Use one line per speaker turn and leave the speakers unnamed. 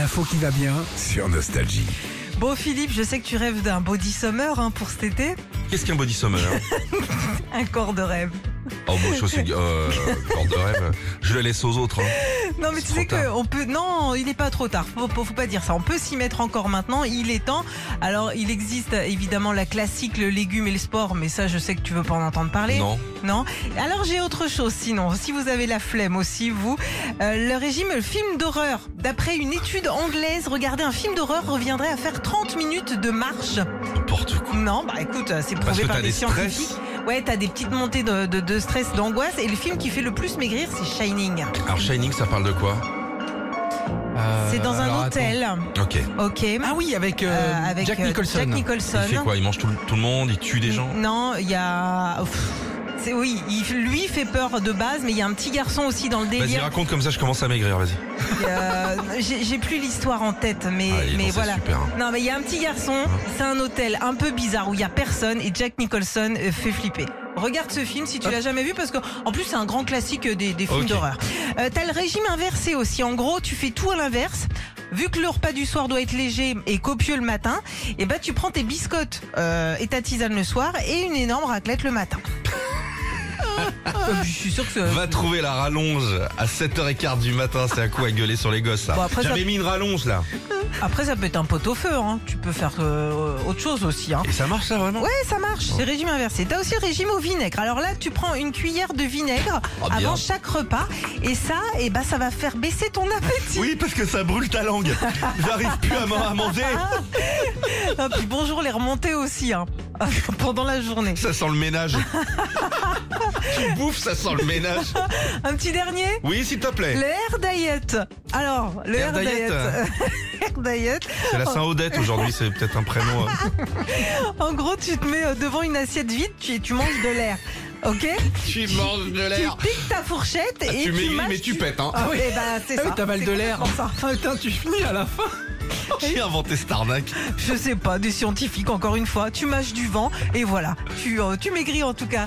L'info qui va bien.
sur Nostalgie.
Bon Philippe, je sais que tu rêves d'un body summer hein, pour cet été.
Qu'est-ce qu'un body summer
Un corps de rêve.
Oh, bon, je suis euh, corps de rêve. Je la laisse aux autres. hein.
Non mais
C'est
tu sais
trop
que
tard.
on peut. Non, il n'est pas trop tard. Faut, faut, faut pas dire ça. On peut s'y mettre encore maintenant. Il est temps. Alors il existe évidemment la classique, le légume et le sport, mais ça je sais que tu veux pas en entendre parler.
Non.
Non. Alors j'ai autre chose sinon. Si vous avez la flemme aussi, vous, euh, le régime le film d'horreur. D'après une étude anglaise, regarder un film d'horreur reviendrait à faire 30 minutes de marche.
N'importe quoi.
Non, bah écoute, c'est
Parce
prouvé
que
par
t'as
des,
des
scientifiques.
stress.
Ouais, t'as des petites montées de, de- de stress, d'angoisse. Et le film qui fait le plus maigrir, c'est Shining.
Alors, Shining, ça parle de quoi
c'est dans un hôtel.
Ok.
Ok.
Euh, Ah oui, avec, euh,
Euh, avec
Jack
euh,
Nicholson.
Jack Nicholson.
Il fait quoi Il mange tout, tout le monde Il tue des gens
Non, il y a. Pff, C'est oui, il, lui fait peur de base, mais il y a un petit garçon aussi dans le
Vas-y,
délire.
raconte comme ça, je commence à maigrir, vas-y.
Euh, J'ai j'ai plus l'histoire en tête, mais
Ah, il est
mais
dans-
voilà.
C'est super. hein.
Non, mais il y a un petit garçon, c'est un hôtel un peu bizarre où il y a personne et Jack Nicholson euh, fait flipper. Regarde ce film si tu l'as jamais vu parce que en plus c'est un grand classique des, des films
Ok.
d'horreur. Euh, T'as le régime inversé aussi. En gros, tu fais tout à l'inverse. Vu que le repas du soir doit être léger et copieux le matin, et ben tu prends tes biscottes euh, et ta tisane le soir et une énorme raclette le matin. Euh, Je suis sûr que c'est-
Va trouver la rallonge à 7h15 du matin, c'est un coup à gueuler sur les gosses, là.
Bon, après, ça-
J'avais mis une rallonge, là.
après ça peut être un pot au feu. Hein. Tu peux faire euh, autre chose aussi. Hein.
Et ça marche, ça, vraiment
Ouais, ça marche, c'est régime inversé. T'as aussi le régime au vinaigre. Alors là, tu prends une cuillère de vinaigre
Oh, bien.
avant chaque repas, et ça, et bah, ça va faire baisser ton appétit.
Oui, parce que ça brûle ta langue. J'arrive plus à, m'en- à manger.
Ah, puis bonjour les remontées aussi, hein, pendant la journée.
Ça sent le ménage. tu bouffes, ça sent le ménage.
Un petit dernier,
Oui, s'il te
le
plaît.
air diet. Alors, le air,
Air diet.
diet. Air diet.
C'est la Saint-Odette aujourd'hui, c'est peut-être un prénom. euh.
En gros, tu te mets euh, devant une assiette vide, tu, tu manges de l'air. Ok
Tu manges de
Tu
l'air.
piques ta fourchette et
Ah, Tu
tu
maigris,
mâches
mais tu
du-
pètes, hein.
Ah oui, eh ben, c'est
Ah oui,
ça.
t'avales
C'est
de l'air.
complètement ça.
Putain, tu finis à la fin.
Qui a inventé cette arnaque
Je sais pas, des scientifiques encore une fois. Tu mâches du vent et voilà. Tu, euh, tu maigris en tout cas.